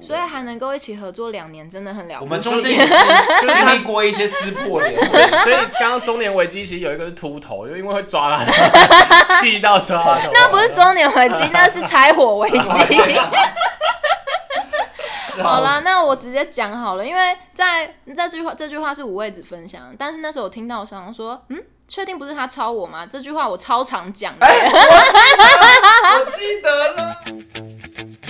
所以还能够一起合作两年，真的很了不我起。们中间也是就是经他历过一些撕破脸， 所以刚刚中年危机其实有一个是秃头，就因为会抓 他头，气到抓他头。那不是中年危机，那是柴火危 机。好啦，那我直接讲好了，因为在在这句话这句话是五位子分享的，但是那时候我听到，我想说，嗯，确定不是他抄我吗？这句话我超常讲哎的。我记得了。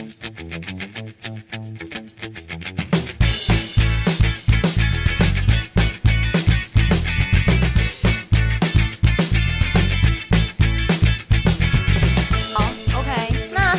好，OK，那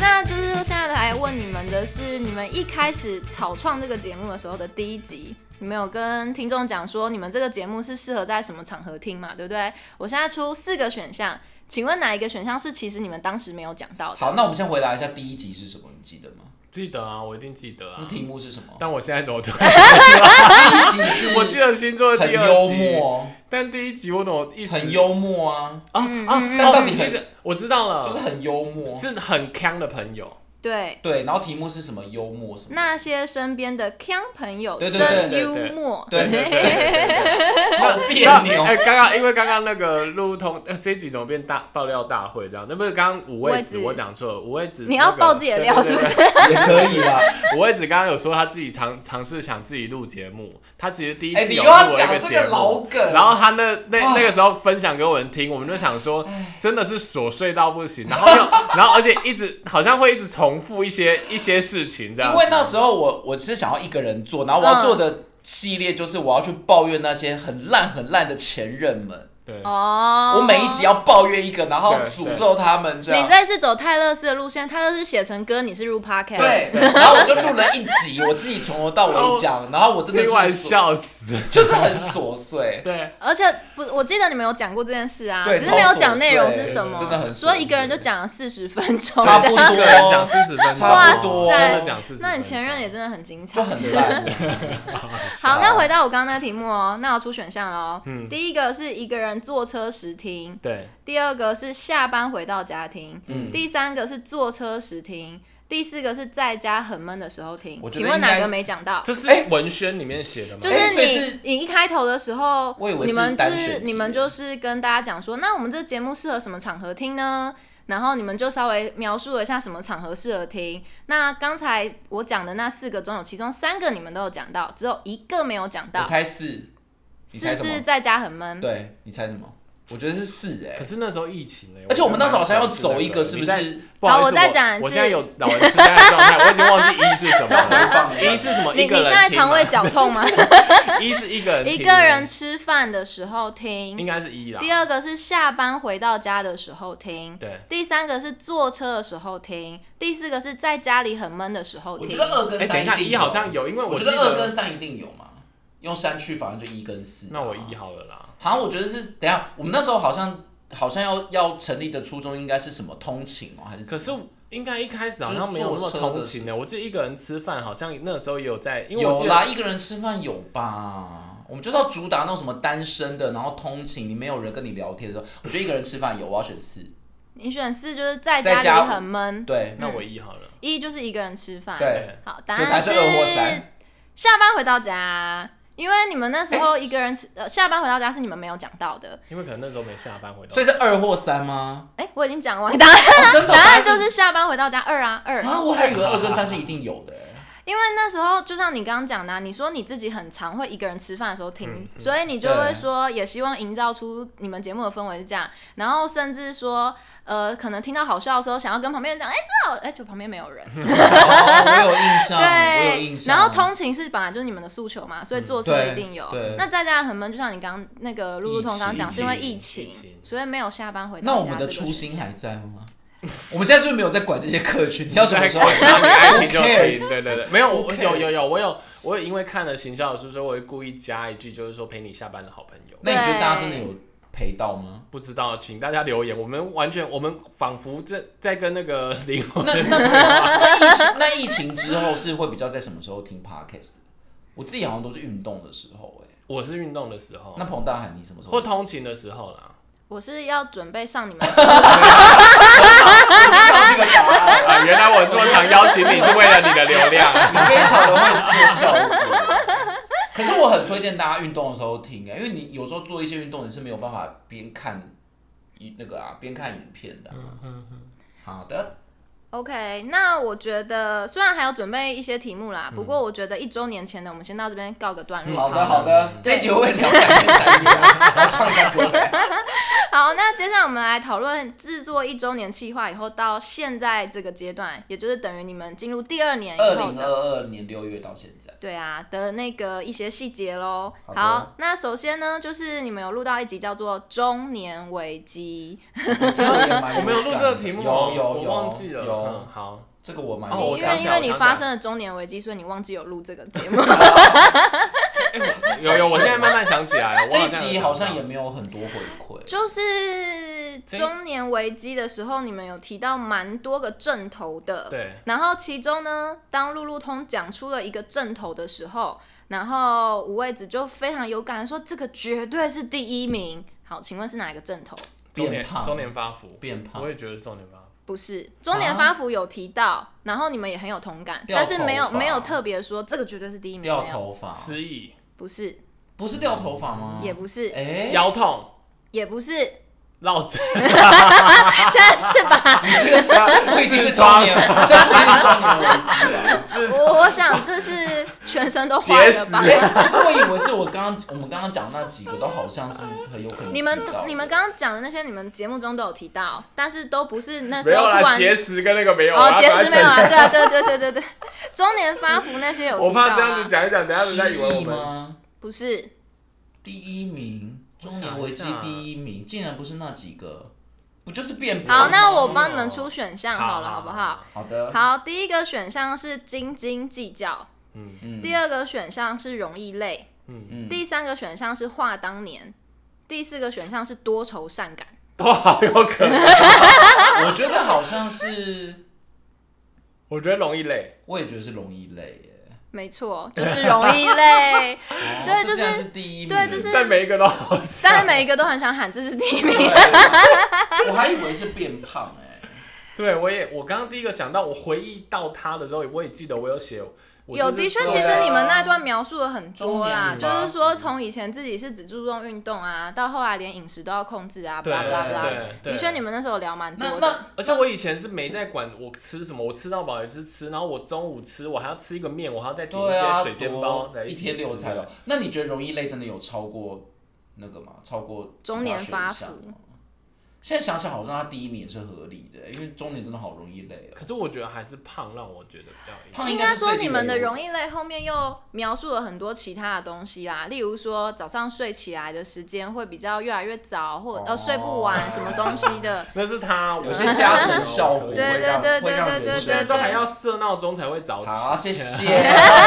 那 就是现在来问你们的是，你们一开始草创这个节目的时候的第一集，你们有跟听众讲说你们这个节目是适合在什么场合听嘛？对不对？我现在出四个选项，请问哪一个选项是其实你们当时没有讲到的？好，那我们先回答一下第一集是什么，你记得吗？记得啊，我一定记得啊那。题目是什么？但我现在怎么突 然第一集是我记得星座的很第二幽集，默，但第一集我怎么一直很幽默啊，啊啊！但到底你很是我知道了，就是很幽默。是很强的朋友，对。对，然后题目是什么？幽默什么？那些身边的腔朋友对对真对对对幽默，对对对对好别对。扭。哎，刚刚因为刚刚那个路通，呃这一集怎么变大爆料大会这样？那不是刚刚五五位味子子我讲错了，五位子你要那个爆自己的料是不？对对对是？也可以啦。对五位子刚刚有说他自己尝尝试想自己录节目，他其实第一哎、次你有又录了要一讲这节个老目。梗，啊然后他那那哇那个时候分享给我们听，我们就想说，真的是琐碎到不行，然后又然后而且一直好像会一直重复一些一些事 情这样因子，为那时候我我是想要一个人做，然后我要嗯做的系列就是我要去抱怨那些很烂很烂的前任们，对哦我每一集要抱怨一个，然后对诅咒他们这你样。这是走泰勒斯的路线，泰勒斯写成歌，你是入 podcast，对，然后我就录了一集，我自己从头到尾哦讲，然后我真的 听完是琐笑死，就是很琐碎，对。而且不，我记得你们有讲过这件事啊，对只是没有讲内容是什么，超琐碎真的很琐碎所以一个人就讲了四十分钟，差不这样一个人多啊讲四十分钟，差不多哇塞真 的讲四十。那你前任也真的很精彩就。很烂。好，那回到我刚刚那个题目哦，那我出选项了哦。嗯第一个是一个人坐车时听，对，第二个是下班回到家听，嗯第三个是坐车时听，第四个是在家很闷的时候听我。觉得请问哪应个该没讲到？这是哎文宣里面写的吗？就是哎你、所以是你一开头的时候，我以为你们是就单是选题你们就是跟大家讲说，那我们这节目适合什么场合听呢？然后你们就稍微描述了一下什么场合适合听。那刚才我讲的那四个中有，其中三个你们都有讲到，只有一个没有讲我到，猜四，你猜四什是么？在家很闷。对，你猜什么？我觉得是四哎、可是那时候疫情哎，而且我们那时候好像要觉得蛮走一个，是不你在是？不好意思好我再讲一次我现在有老人痴呆的状态，我已经忘记一是什么回 了。放一下一是什么？你一个你人现在听吗肠胃绞痛吗？ 一是 一个人听，一个人吃饭的时候应听，该是一啦。第二个是下班回到家的时候听，对，第三个是坐车的时候听，第四个是在家里很闷的时候我听。觉得二跟哎，三、等一下，一好像有，因为我记觉得得二跟三一定有嘛，用删去反正就一跟四。那我一，好了啦。好像我觉得是等一下我们那时候好像好像要要成立的初衷应该是什么通勤哦，还是可是应该一开始好像没有那么同情的，我记得一个人吃饭好像那时候也有在，因为我有记得啦，一个人吃饭有吧？我们就是要主打那种什么单身的，然后通勤，你没有人跟你聊天的时候，我觉得一个人吃饭有，我要选四。你选四就是在在家家里很嗯闷，对，那我一好嗯了，一就是一个人吃饭。对，好，答就答案案是二或三。下班回到家，因为你们那时候一个人吃，呃，下班回到家是你们没有讲到的。因为可能那时候没下班回到所以是二或三吗？哎、我已经讲 完答案，啊真的答案就是下班回到家二啊二，啊，我还以为二跟三是一定有的欸、因为那时候就像你刚刚讲的啊、你说你自己很常会一个人吃饭的时候听，嗯嗯所以你就会说也希望营造出你们节目的氛围是这样，然后甚至说呃，可能听到好笑的时候，想要跟旁边人讲，哎、这好，哎、就旁边没有人，哦，我有印象，我有印对，象。嗯然后通勤是本来就是你们的诉求嘛，所以坐车一定有。对对那在家很闷，就像你刚那个露露通刚刚讲，疫是情因为疫疫情所以没有下班回到那家。我们的初心，还在吗？我们现在是不是没有在管这些客群？你要什么时候然后你爱听就 Who cares？听，对对对，没有，我 Who 有 cares？有有，我有我有，因为看了行销的书，所以我会故意加一句，就是说陪你下班的好朋友。那你觉得大家真的有陪到吗？ 不知道，请大家留言。我们完全，我们仿佛在在跟那个 灵魂那那怎么样啊那疫情那疫情之后是会比较在什么时候听 podcast？我自己好像都是运动的时候、欸，我是运动的时候那，彭大海你什么时或候？通勤的时候啦。我是要准备上 你们你知道这个答案，啊，原来我这么常邀请你是为了你的流量。 你非常的会做效果。可是我很推荐大家运动的时候听、欸，因为你有时候做一些运动你是没有办法边看一那个啊边看影片的啊、好的， OK，那我觉得虽然还有准备一些题目啦，不过我觉得一周年前的我们先到这边告个段落。嗯好嗯的，好的，这一集会聊三天三 夜啊，然后唱一下歌来。好，那接下来我们来讨论制作一周年计划以后到现在这个阶段，也就是等于你们进入第二年二以后零的。二二年六月到现在，对啊的那个一些细节喽。好的好，那首先呢，就是你们有录到一集叫做《中年危机》，这个也蛮 我没有录这个题目哦，有有有，我忘记了。嗯有好，这个我蛮哦有我因为感想起因来为我你想起来发生了中年危机，所以你忘记有录这个节目。 有有，我现在慢慢想起来了。我这一有这样的集好像想也法没有很多回馈，就是这一中年危机的时候，你们有提到蛮多个阵头的。对。然后其中呢，当路路通讲出了一个阵头的时候，然后五味子就非常有感地说，这个绝对是第一名。好，请问是哪一个阵头？中变年胖中年发福，变胖我也觉得是中年发福。不是，中年发福有提到，然后你们也很有同感，掉但是没有头发没有特别说这个绝对是第一名。掉没有，头发，失忆、不是，不是掉头发吗？也不是，嗯哎，腰痛、也不是，现落 枕，在是 吧？我已经是中年，这不是中年危机了。自我我想这是全身都坏哎 结哦了石吧。哎，可是我以为是我刚刚我们刚刚讲那几个都好像是很有可能你们 提到的你们刚刚讲的那些，你们节目中都有提到，但是都不是 那没时候有突啦，然结石跟那个没有，我哦，要结把它石没有承认啊？对啊，对对对对对，中年发福那些有我提到啊怕这样子讲一讲，等下人家以为我失忆们吗？不是第一名，中年危机我想一下第一名，竟然不是那几个，不就是变胖？好，那我帮你们出选项好了，哦好好不好？？好的，好，第一个选项是斤斤计较，嗯第二个选项是容易累，嗯第三个选项是话当年，第四个选项是多愁善感。都好有可能，我觉得好像是，我觉得容易累。我也觉得是容易累耶。没 错，就是容易累，对哦就是这竟然是第一名，对就是但每一个都好啊笑但是每一个都很想喊这是第一名。 我还以为是变胖哎。对，我也，我刚刚第一个想到，我回忆到他的时候，我也记得我有写，我有就是的确，对其实你们那段描述了很多啦，中年就吧是说从以前自己是只注重运动啊，到后来连饮食都要控制啊，对巴拉巴拉。对对的确，你们那时候聊蛮那多的。那而且我以前是没在管我吃什么，我吃到饱也是吃，然后我中午吃，我还要吃一个面，我还要再点一对些啊，水煎包多在一起天吃六菜哦。那你觉得容易累真的有超过那个吗？超过中年其发他选项福吗哦现在想想，好像他第一名也是合理的，因为中年真的好容易累哦。可是我觉得还是胖让我觉得比较硬。胖应该该是最说近你们的有容易累后面又描述了很多其他的东西啦，例如说早上睡起来的时间会比较越来越早，或者哦呃睡不完什么东西的 那是他，我有些加成效果，我会对让对对会让对人对生现在都对还要设闹钟才会早起。好，谢谢。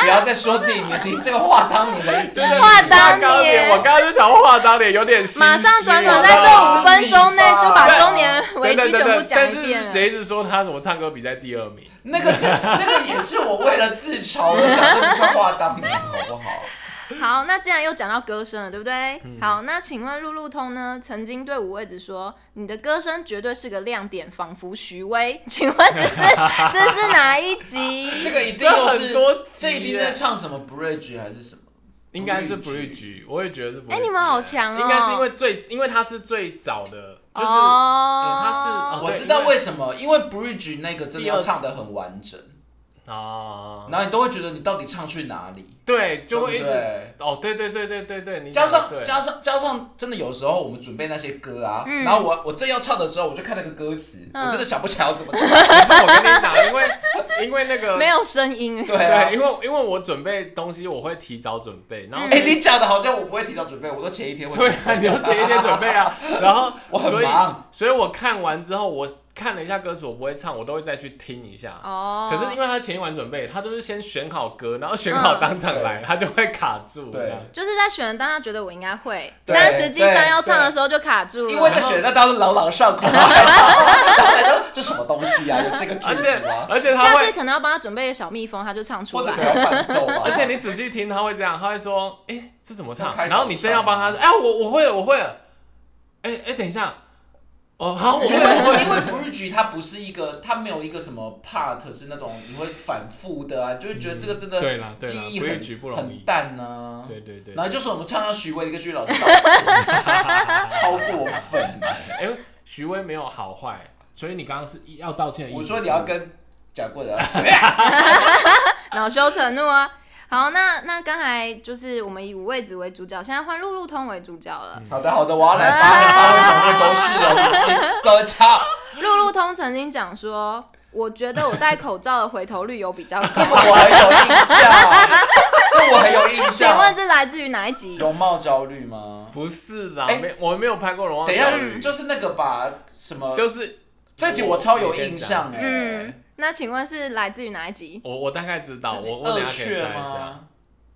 不要再说自己年轻，这个话当年的对对对话当年当年，我刚刚就想话当年有点心虚马上短短我在知道这五分钟内就把中年 危对机对全对部对，讲但一是遍是了。谁一直说他什么唱歌比赛第二名？那 个是那个也是我为了自嘲而讲这句话当年，好不 好？好，那既然又讲到歌声了，对不对？嗯好，那请问路路通呢？曾经对五味子说，你的歌声绝对是个亮点，仿佛徐威。请问 这是这是哪一这集？个一定又是这很多集这一定在唱什么 Bridge 还是什么？应该是 Bridge Bridge，我也觉得是 Bridge。哎、你们好强哦！啊应该是因为最，因为他是最早的， 就是哦，他是哦我对知道因为为什么，因为 Bridge 那个真的要唱的很完整，啊，然后你都会觉得你到底唱去哪里，对，就会一对不直对？哦，对对对对对对，你加讲上得对加上加上，真的有时候我们准备那些歌啊，然后我我正要唱的时候，我就看那个歌词，嗯我真的想不起来要怎么唱。不是我跟你讲， 因为因为那个哦没有声音。对啊， 对，因为因为我准备东西，我会提早准备，然后哎、嗯你讲的好像我不会提早准备，我都前一天会。对啊，你要前一天准备 啊。然后我很所以忙所以我看完之后，我看了一下歌词，我不会唱，我都会再去听一下。哦，可是因为他前一晚准备，他就是先选好歌，然后选好当场来，他就会卡住。嗯对这样就是在选，当他觉得我应该会，对但实际上对要唱的时候就卡住了。因为在选那当时朗朗上口，然后还唱然后还说哦这什么东西啊？有这个句而子且吗？而且他下次会，可能要帮他准备个小蜜蜂，他就唱出或者来可。 能要伴奏啊？而且 你仔细听，他会这样，他会说：“哎、这怎么唱这开？”头然后你真要帮他唱说：“哎、我我会了，我会了。”哎、哎、等一下，哦， 好，我因们为因为 bridge 它不是一个，它没有一个什么 part 是那种你会反复的啊，就会觉得这个真的对啦对啦记忆 bridge 不很容易很淡呢、 对对对，然后就说我们唱到徐威的歌曲，老师道歉，超过分。啊 哎、徐威没有好坏，所以你刚刚是要道歉的意思我是。说你要跟讲过的 啊，恼羞成怒啊。好，那那刚才就是我们以五味子为主角，现在换路路通为主角了。好的好的，我要来发发我 们的狗屎了，我操！路路通曾经讲说，我觉得我戴口罩的回头率有比较这高。个 我很有印象，这我很有印请问象。这来自于哪一集？容貌焦虑吗？不是啦，哎没我没有拍过《龙王等一小下女》，嗯就是那个吧，什么？就是这集我超有印。象哎、嗯，那请问是来自于哪一集？我我大概知道，自己我我等二一下可以雀猜一下。吗？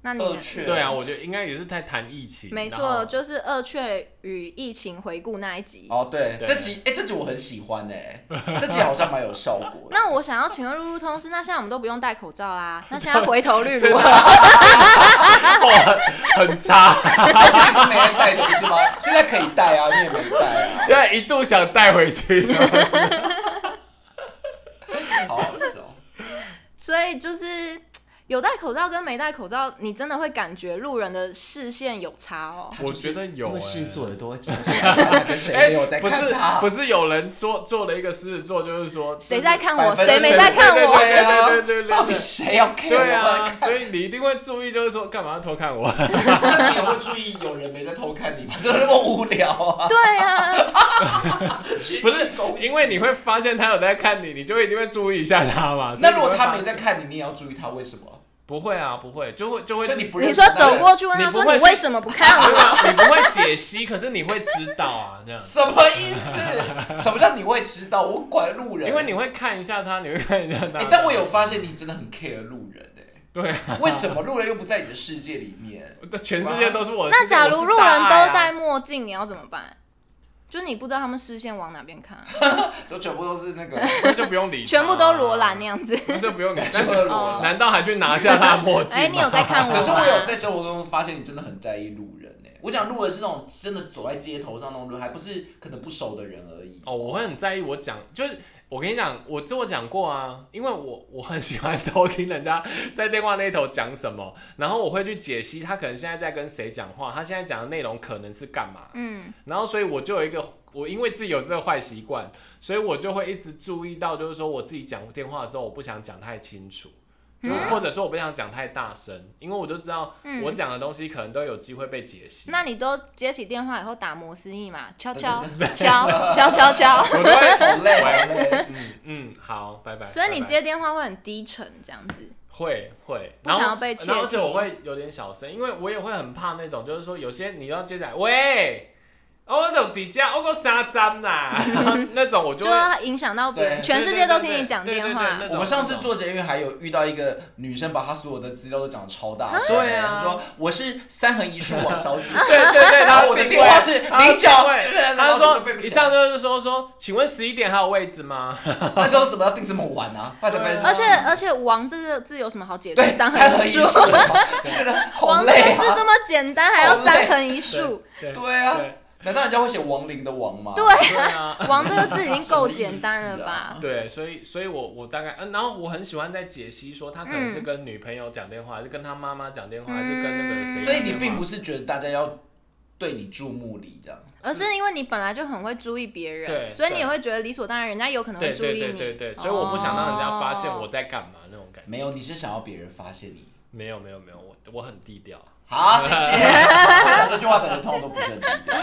那你二们雀对啊，，我觉得应该也是在谈疫情。没然后错，就是《恶雀与疫情回顾》那一集。哦对，对这集哎、这集我很喜欢 哎、这集好像蛮有效果的。那我想要请问路路通是，那现在我们都不用戴口罩 啦，那现在回头率 所以如何？他很差，而且你都没带的不 是吗？现在可以带啊，你也没带啊，现在一度想带回去的。好好 笑。所以就是有戴口罩跟没戴口罩，你真的会感觉路人的视线有差哦。我觉得有、因为狮欸子座的都会这样想，他跟 谁没有在哎不看哎是他？不是有人说做了一个狮子座，就是说谁在看我，就是谁没在看对对我？对啊，对对对对对到底谁要 care？对我啊，在看所以你一定会注意，就是说干嘛要偷看我？ 那你有没有注意有人没在偷看你吗？怎么那么无聊 啊？对啊，不不是，因为你会发现他有在看你，你就一定会注意一下他嘛。所以那你如会果他发没在现，看你，你也要注意他为什么？不会啊，不会，就会就会所以你不认你识说他走过去问他你不说会你为什么不 看我？对啊你不会解析，可是你会知道啊，这样，什么意思？什么叫你会知道？我管路人，因为你会看一下他，你会看一下他。哎、但我有发现你真的很 care 路人哎、对啊，为什么路人又不在你的世界里面？全世界都是我的那世界。假如我路是大人爱啊都戴， 墨镜，你要怎么办？就你不知道他们视线往哪边看啊，就全部都是 那个，那就不用理他啊，全部都罗兰那样子。 那就 不用理他。全部都裸哦了。难道还去拿下 他的墨镜 吗？哎，你有在看我吗？可是我有在生活中发现你真的很在意路人哎、我讲路人是那种真的走在街头上那种路人，还不是可能不熟的人而已。哦，我会很在意我讲，就是我跟你讲，我这我讲过啊，因为我我很喜欢偷听人家在电话那头讲什么，然后我会去解析他可能现在在跟谁讲话，他现在讲的内容可能是干嘛，嗯，然后所以我就有一个，我因为自己有这个坏习惯，所以我就会一直注意到，就是说我自己讲电话的时候，我不想讲太清楚。就或者说我不想讲太大声，因为我就知道嗯我讲的东西可能都有机会被解析。那你都接起电话以后打摩斯密码，敲敲敲敲敲敲，我都会好累，好累。嗯嗯，好，拜拜。所以拜你拜接电话会很低沉这样子。会会，不然后想要被窃然后而且听我会有点小声，因为我也会很怕那种，就是说有些你要接起来，喂，哦我走底价，我够沙张啦， 那种我就就会，要影响到别人，对全世界都听你讲对对对电对对话对。我们上次做捷运还有遇到一个女生，把她所有的资料都讲得超大声，对啊说我是三横一竖王小姐， 对对对，然然后后我的定电位话是然后零九定位对对对然啊他后就我就被说不一想上就是说说，请问十一点还有位置吗？那时候怎么要定这么晚啊？后来才发现是而且而且“王”这个字有什么好解释？对三三横横一竖竖，，就觉得好王这累个字啊。这么简单，还要三横一竖，对对啊对，难道人家会写亡灵的亡吗？对对啊。王这个字已经够简单了什么意吧？对，所以所以我我大概，嗯、然后我很喜欢在解析说他可能是跟女朋友讲电话，还是跟他妈妈讲电话，还是跟那个谁讲电话。嗯所以你并不是觉得大家要对你注目礼这样，而是因为你本来就很会注意别人，对所以你也对会觉得理所当然，人家有可能对会注对意对你。哦对对，所以我不想让人家发哦现我在干嘛那种感觉。没有，你是想要别人发现你。没有没有没有，我我很低调。好，谢谢。我讲这句话的人通常都不是很低调。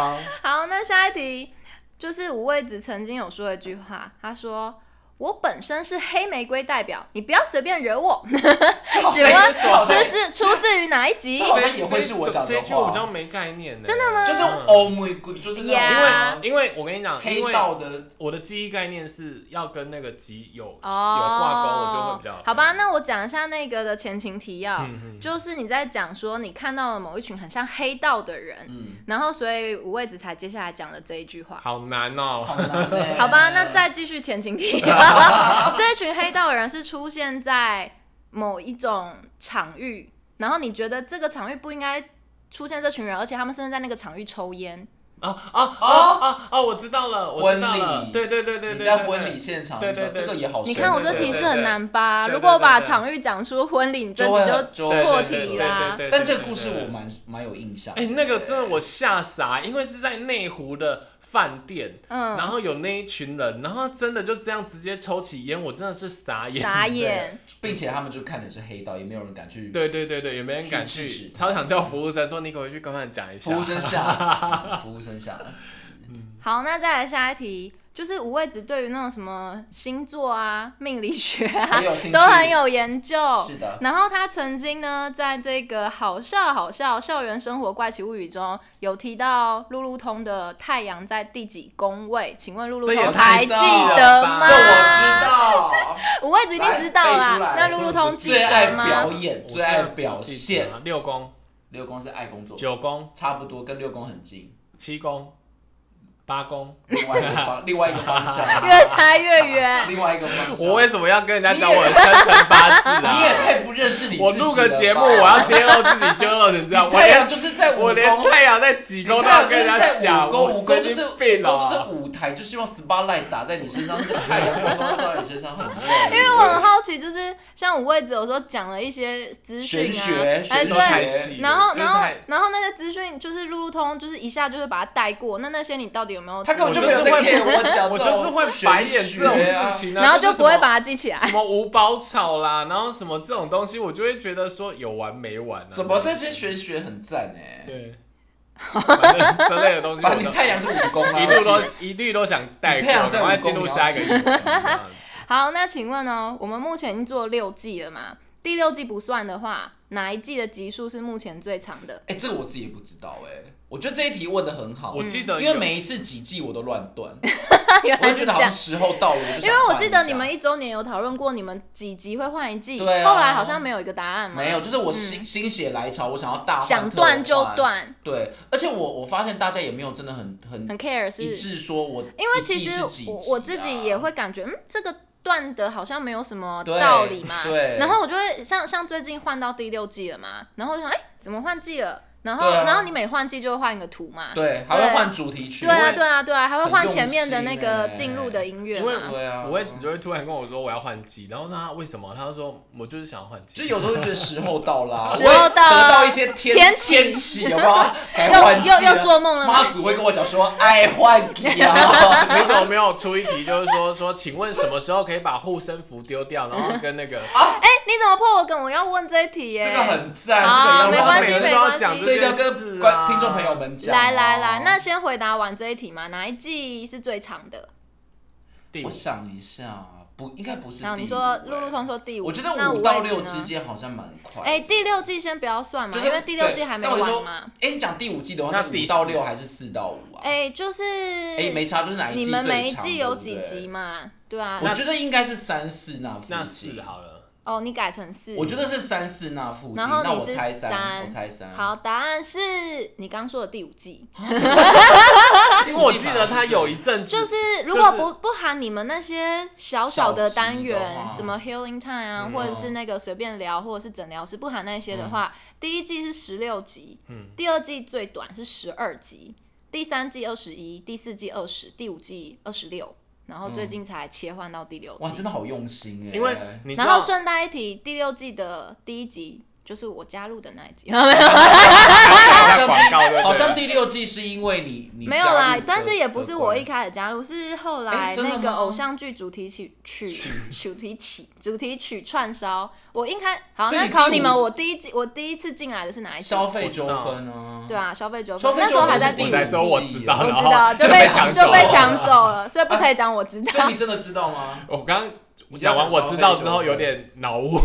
啊，好，那下一题就是五味子曾经有说一句话，他说。我本身是黑玫瑰代表，你不要随便惹我。请 问出自出自于哪一集？这好像也会是我讲这的一句我话比，较没概念呢。真的吗？就是 Oh my God，就是那呀种因为我跟你讲，因黑为道的，我的记忆概念是要跟那个集有有哦，挂钩，我就会比较好吧。那我讲一下那个的前情提要，嗯就是你在讲说你看到了某一群很像黑道的人，嗯，然后所以五味子才接下来讲的这一句话。好难哦。好难欸好吧，那再继续前情 提要，这一群黑道的人是出现在某一种场域，然后你觉得这个场域不应该出现这群人，而且他们甚至在那个场域抽烟，啊啊啊啊啊！我知道了，我知道了哦婚，礼对对对对对，你对在婚礼，现场，对对对这个也好深。你看我这对对提对示很难吧？对对对如果我把对对场域讲出婚礼，你这就集会就很就对会对破对对题对啦对对对但对这个对故事对我蛮蛮有印象。哎、那个真的我吓傻，因为是在内湖的饭店，嗯然后有那一群人，然后真的就这样直接抽起烟，我真的是傻眼。傻眼，并且他们就看着是黑道，也没有人敢去。对对对对，也没人敢去制去止操场叫服务生说：“你可回去跟他们讲一下。”服务生吓死，服务生吓死。好，那再来下一题，就是五味子对于那种什么星座啊、命理学啊很有兴趣 都很有研究。是的，然后他曾经呢，在这个《好笑好笑校园生活怪奇物语》中有提到路路通的太阳在第几宫位？请问路路这也通太还记少了得吧吗？这我知道，五味子一定知道啦。来背出那来路路通记最爱得表吗？演，我最真的爱不表记得现。啊，六宫、六宫是爱工作，九宫、差不多跟六宫很近，七宫、八宫，另外一个方， 另外一个方向， 越猜越 远。另外一个方向。我为什么要跟人家讲我的生辰八字你也啊？太不认识你自己我录个了节目，吧我要揭露自己，揭露成这样，我太阳连就是在五我连宫。太阳在几你宫都太要阳就跟是人家在讲，五宫，我五宫神就是经五宫病就哦！是舞台，就是用 spotlight 打在你身上，那个太阳光光照在你身上很累。因为因为我很好奇，就是像五味子有时候讲了一些资讯玄啊学，，哎玄都太对，细学，了然后真的然后太然后那些资讯就是路路通，就是一下就会把它带过。那那些你到底有没有知他道？根本就没是有在会 care 我讲，我就是会啊白眼这种事。情啊，然后就就是不会什么把它记起来。什么五宝草啦，然后什么这种东西，我就会觉得说有完没完啊？怎么那些玄学很赞哎？ 对，反正这类的东西反我正你都太阳是五宫啊，一路都一律都想带你太过，阳在赶武功快进入下一个你议要嗯 题。啊这样子好，那请问呢，我们目前已经做了六季了嘛？第六季不算的话，哪一季的集数是目前最长的？哎，这个我自己也不知道哎。我觉得这一题问的很好，我记得因为有每一次几季我都乱 断，啊原我来就是觉这得好像样。时候到了，我就想因为我记得换一你下们一周年有讨论过，你们几集会换一季，对啊后来好像没有一个答案嘛。没有，啊就是我心心血来潮，我想要大换嗯想特断就换。断，对，而且我我发现大家也没有真的很很很 care 是一致说我因为一季其实是几我集我自己也啊会感觉，嗯，这个断的好像没有什么对道理嘛。对然后我就会像像最近换到第六季了嘛，然后我就想，哎、怎么换季了？然后、对啊然后你每换季就会换一个图嘛。对，还会换主题曲，对啊会对啊对啊，还会很换用前面的那心个欸进入的音乐因为嘛。对啊，我会只就会突然跟我说我要换机，然后那他为什么？他就说我就是想要换就机。有时候会觉得时候到了啊，时我也候到了得到一些天天启天启，好不好？该换 季又了又做梦了吗妈祖会跟我讲说，爱换季 啊，你怎么没有出一题？就是 说说，请问什么时候可以把护身符丢掉？然后跟 那个哎、你怎么破我梗？我要问这一题耶、这个很赞，好这个没要关让系每每个次没都关要系讲这一定要件跟事观啊听众朋友们讲哦。来来来，那先回答完这一题嘛，哪一季是最长的？第五我想一下，啊不应该不是第五。然后你说哎路路通说第五，我觉得那五五到位六子之呢。间好像蛮快。哎、第六季先不要算嘛，就是因为第六季对还没那我就完说嘛。哎，你讲第五季的话，那是第五四到六还是四到五啊？哎、就是哎，没差，就是哪一季你们最每一长季有几？对集不对嘛？对啊，我觉得应该是三四那附近。那四好了，哦，你改成四。我觉得是三四那附近，然后那你我是猜三，三我猜三。好，答案是你刚说的第五季，第五季反而是最，因为我记得他有一阵子就是如就果是不不含你们那些小小的单小集的元，话哦什么 healing time 啊，嗯或者是那个随便聊，或者是诊疗师，不含那些嗯的话，第一季是十六集，第二季最短是十二集，第三季二十一，第四季二十，第五季二十六，然后最近才切换到第六嗯哇，季真。的好用心哎。因为你知然后道顺带一提，第六季的第一集就是我加入的那一集，哎打下广告对不对好像第六季是因为你你 没有加啦入，但是也不的是的我关一开始加入，是后来哎真的那个吗偶像剧主题曲曲主题曲主题曲串烧，我一开好，所以那你考第你们，五我第一季我第一次进来的是哪一集？消费纠纷啊。对啊，消费纠消纷，费那时纠候纷还是在第第五我才季，说我知道，我然知后道就就被抢就走被了抢走了，所以不可以讲我知啊所道以你。真的知道吗？我刚刚讲完我知道之后有点脑 雾，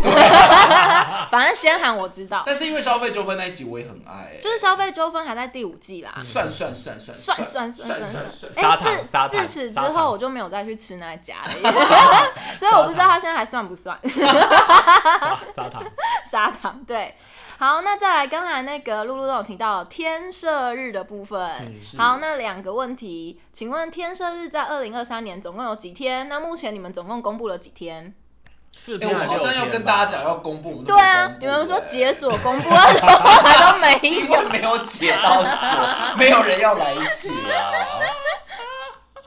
反正先喊我知道，但是因为消费纠纷那一集我也很爱欸，就是消费纠纷还在第五季啦。算算算算算算算算算算算，砂哎，糖自砂自糖此之砂后糖我就没有再去吃那家了 耶，所以我不知道他现在还算不算。 砂糖砂糖，对。好，那再来刚才那个露露都有提到天赦日的部分。嗯是好，那两个问题，请问天赦日在二零二三年总共有几天？那目前你们总共公布了几天？四哎、天我还们是好六像要天跟吧大家讲要公布，我们都对没啊公，你布们说哎解锁公布 的时候还都没因有， 为没有解到锁，没有人要来解啊。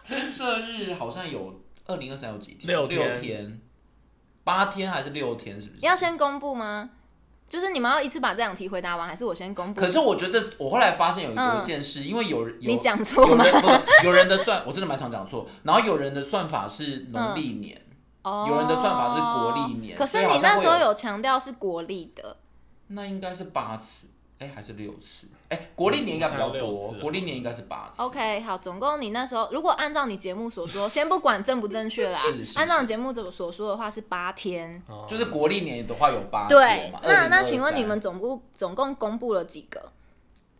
天赦日好像有二零二三有几天？六天天，八天还是六天？是不是？要先公布吗？就是你们要一次把这两题回答完，还是我先公布可？是我觉得这，我后来发现有一嗯有一件事，因为有人有你讲错有吗？人不有人的算，我真的蛮常讲错。然后有人的算法是农历年，哦有人的算法是国历年可是所以好你像那会时候有有强调是国历的，那应该是八次，哎、还是六次？哎、国历年应该比较才有多六次，啊国历年应该是八次。 OK，好，总共你那时候如果按照你节目所 说，先不管正不正确啦，是是按照你节目所所说的话是八天。哦就是国历年的话有八对天嘛，那2023那请问你们总共总共公布了几个？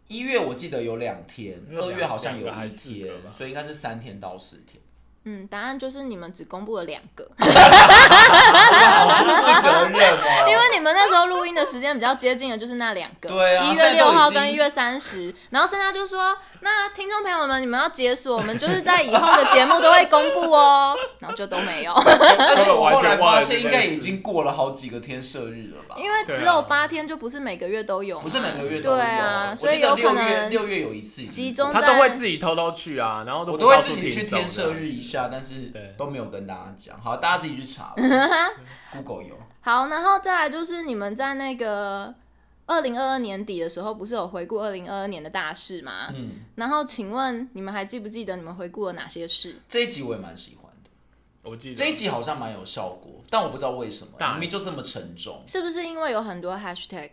一月我记得有两天，两二月好像有两个还一是四天个吧，所以应该是三天到四 天。嗯，答案就是你们只公布了两个，好不负责任哦！因为你们那时候录音的时间比较接近的，就是那两个， 对啊一现在月都六号已经跟一月三十，然后剩下就说，那听众朋友们，你们要解锁，我们就是在以后的节目都会公布哦，然后就都没有，而且我后来根本完全忘发了现，应这该件事已经过了好几个天射日了吧？因为只有八天，就不是每个月都有嘛，哦啊不是每个月都有，对啊我所以记得有可六能月六月有一次已经集中他都会自己偷偷去啊，然后我不都会告诉自己去听众天射这样日一下，但是对都没有跟大家讲。好，大家自己去查吧 ，Google 有。好，然后再来就是你们在那个二零二二年底的时候，不是有回顾二零二二年的大事吗？嗯，然后请问你们还记不记得你们回顾了哪些事？这一集我也蛮喜欢的，我记得这一集好像蛮有效果，但我不知道为什么，大明明就这么沉重。是不是因为有很多 hashtag？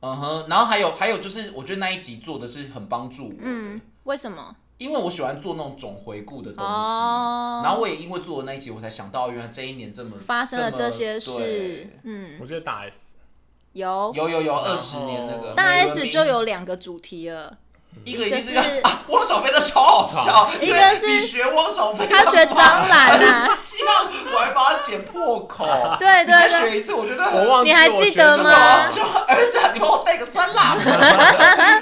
嗯哼，然后还有还有就是，我觉得那一集做的是很帮助我的，嗯，为什么？因为我喜欢做那种总回顾的东西，哦然后我也因为做了那一集，我才想到原来这一年这么发生了么这些事对，嗯，我觉得大 S 有有有有后二十年那个大美轮哦 S 明就有两个主题了，一个一一个定是要是啊，汪小菲的超好笑，一个对是你学汪小菲，他学蟑螂啊， 希望我还把它剪破口，对你对再对，学一次，我觉得很我忘记呃你还记得就是我学什吗好么就儿子啊，你帮我带个酸辣粉，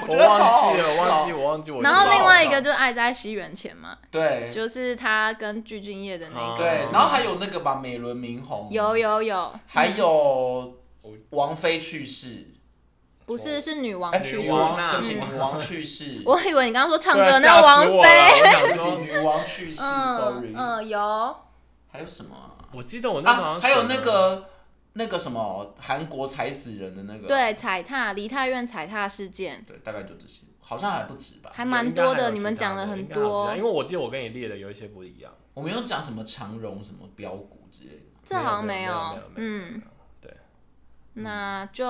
我觉 我得超好忘笑记了，我忘记，我忘记我学什然么。后另外一个就是爱在西元前嘛，对就是他跟具俊晔的那哦个，对，然后还有那个吧，美轮明宏，有有有，还有王菲去世，不是是女王哎，去女世。王，嗯对不起，女王去世， 我以为你刚刚说唱歌对的啊那个吓死王我菲，了我对 想不起，说，女王去世 嗯，sorry，嗯有，还有什么啊？我记得我那时候好啊，像还有选那了个那个什么韩国踩死人的那个，对踩踏梨泰院踩踏事件对，大概就这些，好像还不止吧。还有蛮应该多还有的，你其们他讲的了很应该还有其多哦他，因为我记得我跟你列的有一些不一样，我们有讲什么长荣、什么标股之类的，这好像没有有没有，没有没嗯，有那就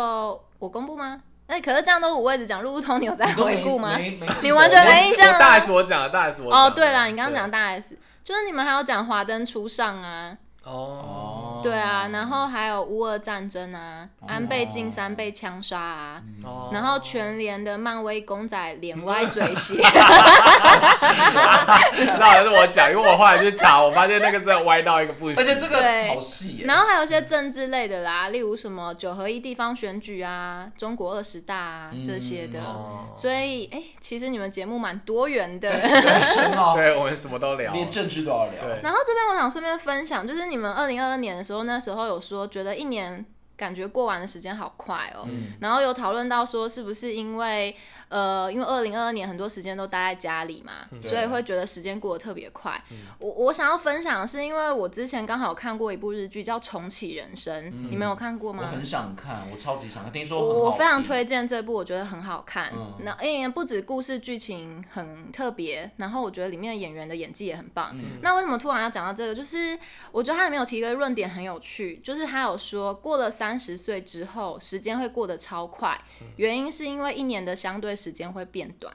我公布吗？那可是这样都五位子讲，路不通你有在你都没回顾吗？没没记得，你完全我没印象我大 S 我讲的，大 S 我哦，讲的对啦，你刚刚讲大 S，就是你们还有讲华灯初上啊，对哦哦，对啊，然后还有乌俄战争啊，安倍晋三被枪杀啊，哦然后全联的漫威公仔脸歪嘴斜， 那还是我讲，因为我后来去查，我发现那个真的歪到一个不行，而且这个对好细耶，然后还有一些政治类的啦，例如什么九合一地方选举啊、中国二十大啊这些的。哦所以，哎、其实你们节目蛮多元的。很深哦， 对我们什么都聊，连政治都要聊。对， 然后这边我想顺便分享，就是你们二零二二年的时候，那时候有说觉得一年感觉过完的时间好快哦。嗯然后有讨论到说，是不是因为呃，因为二零二二年很多时间都待在家里嘛，嗯所以会觉得时间过得特别快。我我想要分享的是，因为我之前刚好有看过一部日剧叫《重启人生》，你们有看过嗯我吗？很想看，我超级想看，听说很好我我非常评推荐这部，我觉得很好看嗯。那因为不止故事剧情很特别，然后我觉得里面的演员的演技也很棒。嗯那为什么突然要讲到这个？就是我觉得它里面有提一个论点很有趣，就是他有说过了三十岁之后，时间会过得超快，嗯原因是因为一年的相对时间会变短。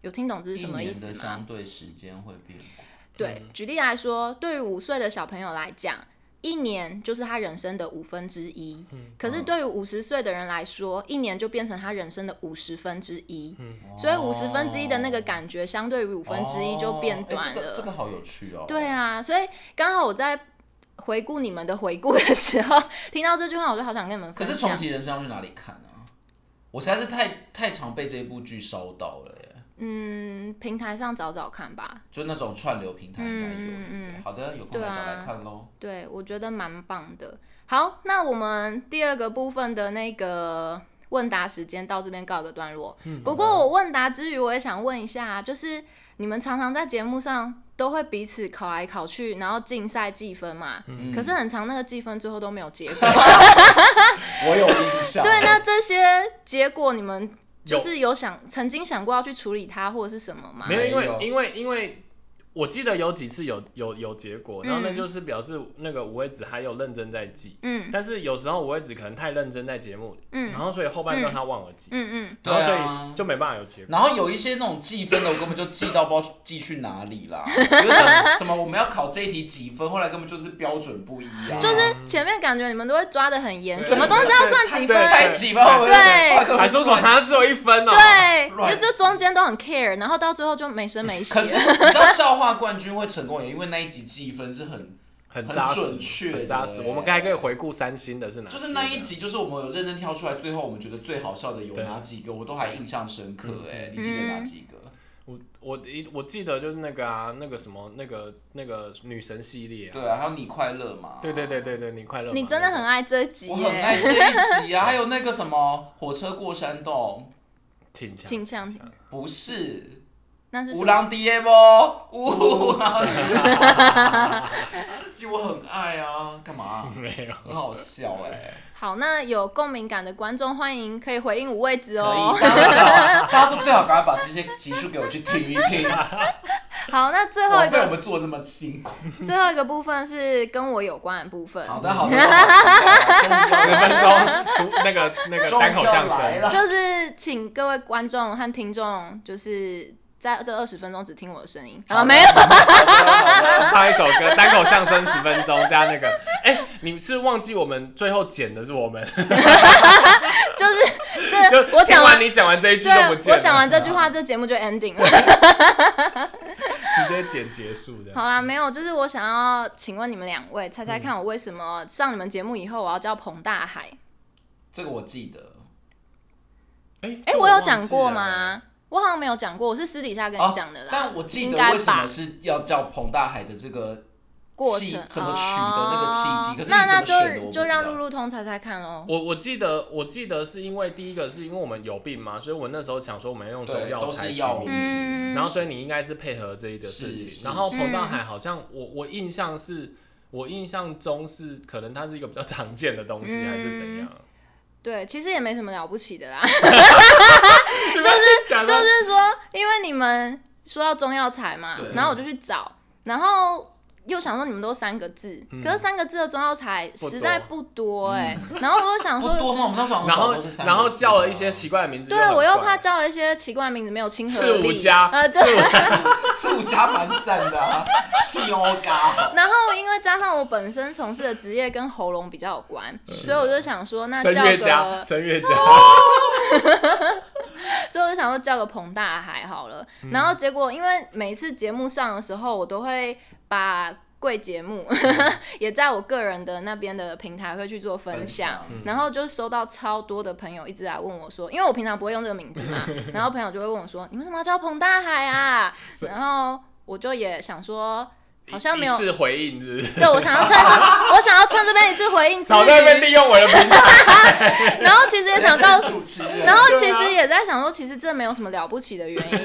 有听懂这是什么一意年思的吗？相对时间会变短。对，举例来说，对于五岁的小朋友来讲，一年就是他人生的五分之一。嗯可是对于五十岁的人来说，一年就变成他人生的五十分之一。嗯所以五十分之一的那个感觉，相对于五分之一就变短哦哦哎这个这了。个好有趣哦。对，啊，所以刚好我在回顾你们的回顾的时候，听到这句话，我就好想跟你们可分是重享。启人生要去哪里看啊？我实在是太太常被这部剧烧到了耶，嗯，平台上找找看吧。就那种串流平台应该有。嗯嗯嗯好的，有空对来啊找来看喽。对，我觉得蛮棒的。好，那我们第二个部分的那个问答时间到这边告一个段落。嗯不过我问答之余，我也想问一下，就是你们常常在节目上都会彼此考来考去，然后竞赛计分嘛。嗯可是很长那个计分最后都没有结果。 我有印象。对，啊那这些结果你们就是有想曾经想过要去处理它或者是什么吗没？有，因没啊有为因为因为我记得有几次有有有结果，然后那嗯就是表示那个五位子还有认真在记，嗯但是有时候五位子可能太认真在节目里，嗯然后所以后半段他忘了记，嗯嗯，然后对所啊以就没办法有结果。然后有一些那种计分的，我根本就记到不知道记去哪里啦。比如像什么我们要考这一题几分，后来根本就是标准不一样，啊就是前面感觉你们都会抓的很严，对什么东西要算几对分，才几分，我就觉得对哇根本还说什么他只有一分哦、对，乱就就中间都很 care，然后到最后就没声没息可是了。你知道笑话冠军会成功也因为那一集计分是很，很很扎实，准确很扎实。对我们还可以回顾三星啊的是哪些？就是那一集就是我们有认真挑出来，最后我们觉得最好笑的有对嗯哪几个，我都还印象深刻哎，你记得嗯哪几个？我我一我记得就是那个啊，那个什么，那个那个女神系列啊，对啊，还有你快乐嘛？对对对对对，你快乐吗，你真的很爱这集我很爱耶，这一集啊，还有那个什么火车过山洞，挺强，挺强挺强不是那是什五么？郎 D M 哦，五郎 这集我很爱啊，干嘛啊、 没有。很好笑哎、好，那有共鸣感的观众欢迎可以回应五位子可哦以，。大家最好大家都最好赶快把这些集数给我去听一听， 好，那最后一枉费我个们做得这么辛 苦。最后一个部分是跟我有关的部分，好的，好的，十十分钟，那个那个单口相来 声，了，就是请各位观众和听众就是。在这二十分钟只听我的声音好啊，的没有， 唱一首歌，单口相声十分钟加那个， 哎、你是忘记我们最后剪的是我们，就是就这我听讲完你讲完这一句对就不，见了，我讲完这句话，这节目就 ending 了。 直接剪结束的，好啦，没有，就是我想要请问你们两位，猜猜看我为什么上你们节目以后我要叫彭大海？这个我记得。哎、哎、这我有忘记讲过了？吗？我好像没有讲过，我是私底下跟欸哦你讲的啦。但我记应得该为什么吧是要叫彭大海的这个过气程哦怎么取得那个契机可是你那那怎么选的我就不就知道让路路通猜猜看喽。我我记得我记得是因为第一个是因为我们有病嘛，所以我那时候想说我们用中对药都材是取药物名字，嗯然后所以你应该是配合这一个事是情。是然后是彭大海好像我我印象是，我印象中是可能它是一个比较常见的东西，嗯还是怎样？对，其实也没什么了不起的啦， 就是 就就是说，因为你们说到中药材嘛对，然后我就去找，然后。又想说你们都三个字，可是三个字的中药材多实在不多哎、 然后我就想不说，多吗？我们那时候好像然后找都是三个然后字叫了的一些奇怪的名字，对啊又很我又怪怕叫了一些奇怪的名字没有亲和赤力。五加呃，赤对。五加 醋加蛮赞的、啊，气欧嘎。然后因为加上我本身从事的职业跟喉咙比较有关，所以我就想说，那叫哦声乐个家，，声乐家，所以我就想说叫个彭大海好了。嗯然后结果因为每次节目上的时候，我都会把。贵节目嗯 也在我个人的那边的平台会去做分分享嗯享，然后就收到超多的朋友一直来问我说，因为我平常不会用这个名字 嘛，然后朋友就会问我说，你为什么要叫彭大海啊？然后我就也想说，好像没有一次回 应，是不是？对，我想要趁这 我想要趁这边一次回应之少在那边余，利用我的平台，然后其实也想告人家是诉，主持人，然后 对其啊实也在想说，其实这没有什么了不起的原因。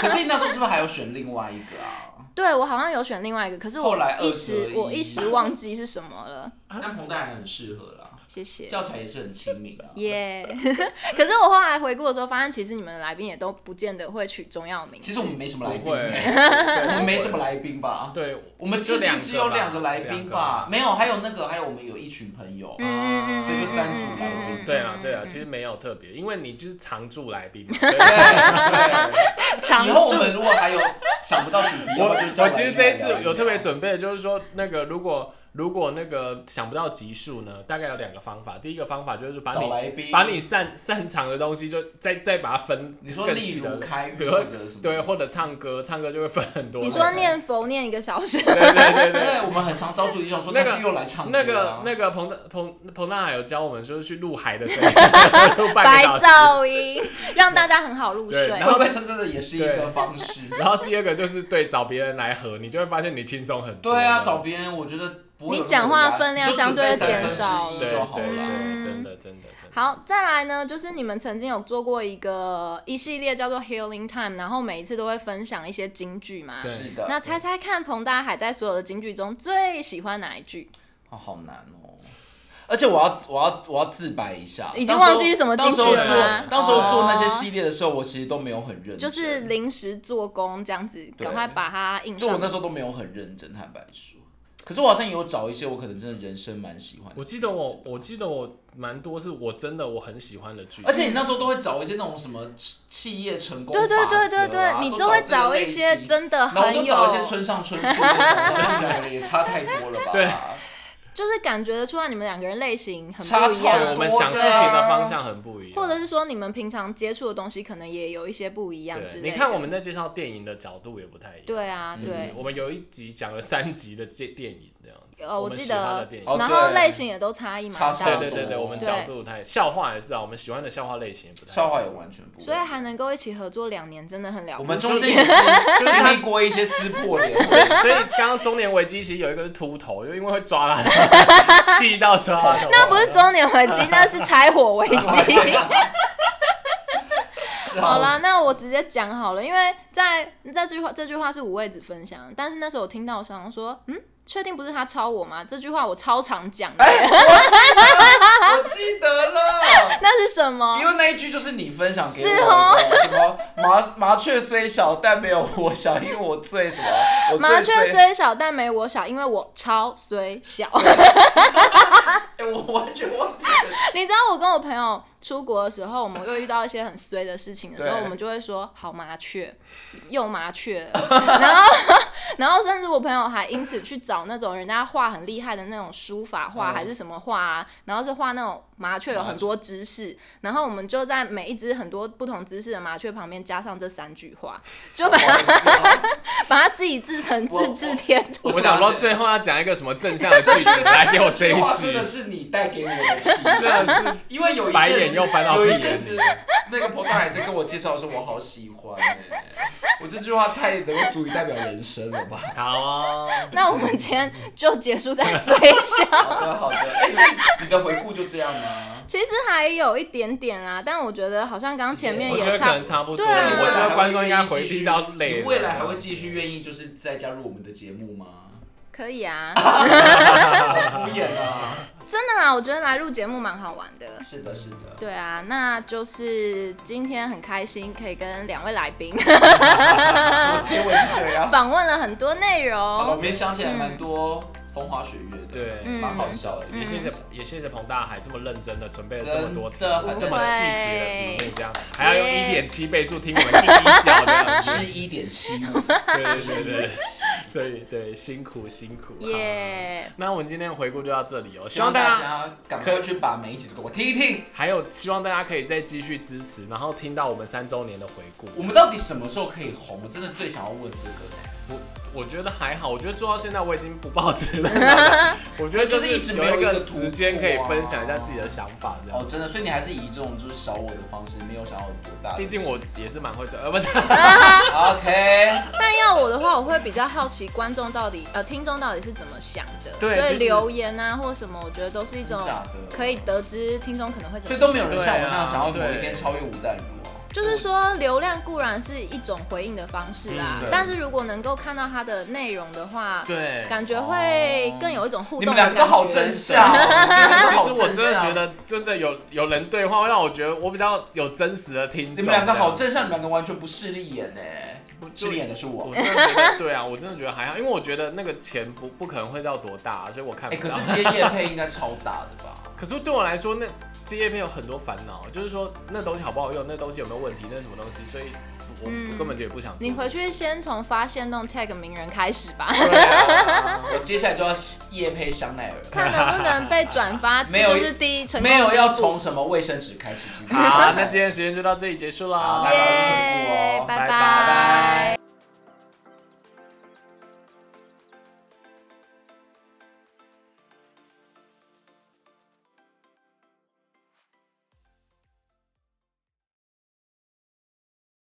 可是你那时候是不是还有选另外一个啊？对我好像有选另外一个，可是后我来一二时择一我一时忘记是什么 了，啊但彭大海很适合啦，谢谢。教材也是很亲民啊。 耶 可是我后来回顾的时候，发现其实你们的来宾也都不见得会取中药名。 其实我们没什么来不宾、会，欸，对我们没什么，来宾吧不？会 对，我们至今只有两个来宾吧两个？没有，还有那个，还有我们有一群朋友，嗯所以就三组来宾。对啊，对啊，其实没有特别，因为你就是常驻来 宾嘛。啊对对，常以后我驻们如果还有想不到主题，我要不然就叫我其实这一次来宾来聊有特别准备的，就是说那个如果如果那个想不到集数呢，大概有两个方法。第一个方法就是把找你来宾，把你擅擅长的东西就再再把它分你说更例细如的，开运比如或者什么，对，或者唱歌，唱歌就会分很多。你说念佛念一个小 时，对对对对。对，我们很常招主意，想说那那个就又来唱歌那啊个那个彭大彭彭大海有教我们，就是去录海的时候，录 半白个小时。噪音，让大家很好入对睡然。会不会这真的也是一个方 式？然后第二个就是对找别人来合，你就会发现你轻松很多。啊对啊，找别人我觉得不会有你讲话那么压分量就相对准备减三分之少一对就好对了。对，嗯真的真的真的，好，再来呢，就是你们曾经有做过一个一系列叫做 Healing Time，然后每一次都会分享一些金句嘛。对是的，那猜猜看，彭大海在所有的金句中最喜欢哪一句？哦，好难哦。而且我要我要我要自白一下，已经忘记是什么金当句时候了吗做当时候做那些哦系列的时候，我其实都没有很认真，就是临时做工这样子，对赶快把它印就我上那。时候都没有很认真，坦白说。可是我好像有找一些我可能真的人生蛮喜欢的，我记得我我记得我蛮多是我真的我很喜欢的剧，而且你那时候都会找一些那种什么企企业成功、啊对对对对对，你就就会找一些真的然后我很就有找一，些村上春树那种，他们两个也差太多了吧？对，就是感觉得出来你们两个人类型很差不一超对样我多，们想事情的方向很不一样，或者是说你们平常接触的东西可能也有一些不一样之对，类的。你看我们在嗯介绍电影的角度也不太一样，对啊，就是对，我们有一集讲了三集的电电影这样子，呃，嗯我我们记喜欢的得电影，哦，然后对类型也都差异蛮差大差的，对不对多对对，我们对角度不太，笑话也是啊，我们喜欢的笑话类型也不太一样，笑话也完全不一样。所以还能够一起合作两年，真的很了我不们起。中间也是就就是经他历过一些撕破脸，所以刚刚中年危机其实有一个是秃头，就因为会抓他的头，气到抓他的头。 那不是中年危机，那是柴火 危机。 好啦，那我直接讲好了，因为在在这句话这句话是五味子分享的，但是那时候我听到，我想说，嗯，确定不是他抄我吗？这句话我超常讲的，哎我记得了。那是什么因？为那一句就是你分享给我哦是的，哦什么麻麻雀虽小，但没有我小，因为我最什么？我最麻雀虽……虽小，但没我小，因为我超虽小。哎，我完全忘 记了。你知道我跟我朋友出国的时候，我们会遇到一些很衰的事情的时候，对我们就会说好麻雀，又麻雀 了，然后然后甚至我朋友还因此去找那种人家画很厉害的那种书法画、嗯还是什么画、啊，然后是画那种麻雀有很多姿势，然后我们就在每一只很多不同姿势的麻雀旁边加上这三句话，就把它把它自己制成自制贴图我。我想说最后要讲一个什么正向 的句子，来给我这这一句话真的句，是你带给我的启示，真的因为有一阵子 白眼又翻到有一屁眼阵里子，那个彭大海在跟我介绍的时候，我好喜欢哎、我这句话太 能够足以代表人生了 吧？是好哦。那我们今天就结束在虽小。好的好的，哎、所以你的回顾就这样吗？其实还有一点点啦，但我觉对啊我觉得好像刚前前面面我也觉得可差能，差不多，对啊那 你我未觉来还得会观众应该愿意回继续避到累你了。未来还会继续愿意就是再加入我们的节目 吗？可以啊，敷衍啊！真的啦，我觉得来录节目蛮好玩的。是的，是的。 对啊，那就是今天很开心可以跟两位来宾 怎么结尾是这样？访问了很多内好 了，我容，们也想起来蛮多风花雪月的，对嗯蛮好笑的。也谢谢嗯，也谢谢彭大海这么认真的准备了这么多题真的很这不么会细节的题目，这样还要用一点七倍数听我们第一讲的，是一点七五，对对对对，所以对辛苦辛苦。耶、那我们今天的回顾就到这里哦， 希希望望大大家家赶快去把每一集都给我听一听。还有希望大家可以再继续支持，然后听到我们三周年的回顾。我们到底什么时候可以红？我真的最想要问这个，我我觉得还好，我觉得做到现在我已经不抱持了。 我觉得就是是一直没有有一一个个突时间可以破啊分享一下自己的想法，这哦样。，真的，所以你还是以这种就是小我的方式，没有想要有多大的。毕竟我也是蛮会做，呃，不是。 OK，但要我的话，我会比较好奇观众到底呃听众到底是怎么想的，对所其以实留言啊或什么，我觉得都是一种真假的可以得知听众可能会怎么想。所以都没有人像我这对啊样想要某一对天超越吴淡如啊。就是说，流量固然是一种回应的方式啦嗯，对但是如果能够看到它的内容的话， 对感觉会更有一种互你动们的感两觉。个都好真相哦，其其实我真的觉得，真的有有人对话，会让我觉得我比较有真实的听你众。们两个好这正样，向，你们两个完全不势利眼哎，我势利眼的是我我。真的觉得对啊，我真的觉得还好，因为我觉得那个钱不不可能会到多大，所以我看哎、不可到。是接夜配应该超大的 吧？可是对我来说，那这页片有很多烦恼，就是说那东西好不好用，那东西有没有问题，那是什么东西，所以我嗯我根本就也不想做。你回去先从发现弄 tag 名人开始吧， 对啊，我接下来就要夜配香奈儿，看能不能被转发，没有这就是第一成功没的有第一要步从什么卫生纸开始。 好，那今天时间就到这里结束啦，好耶大家都是很酷哦拜拜拜拜。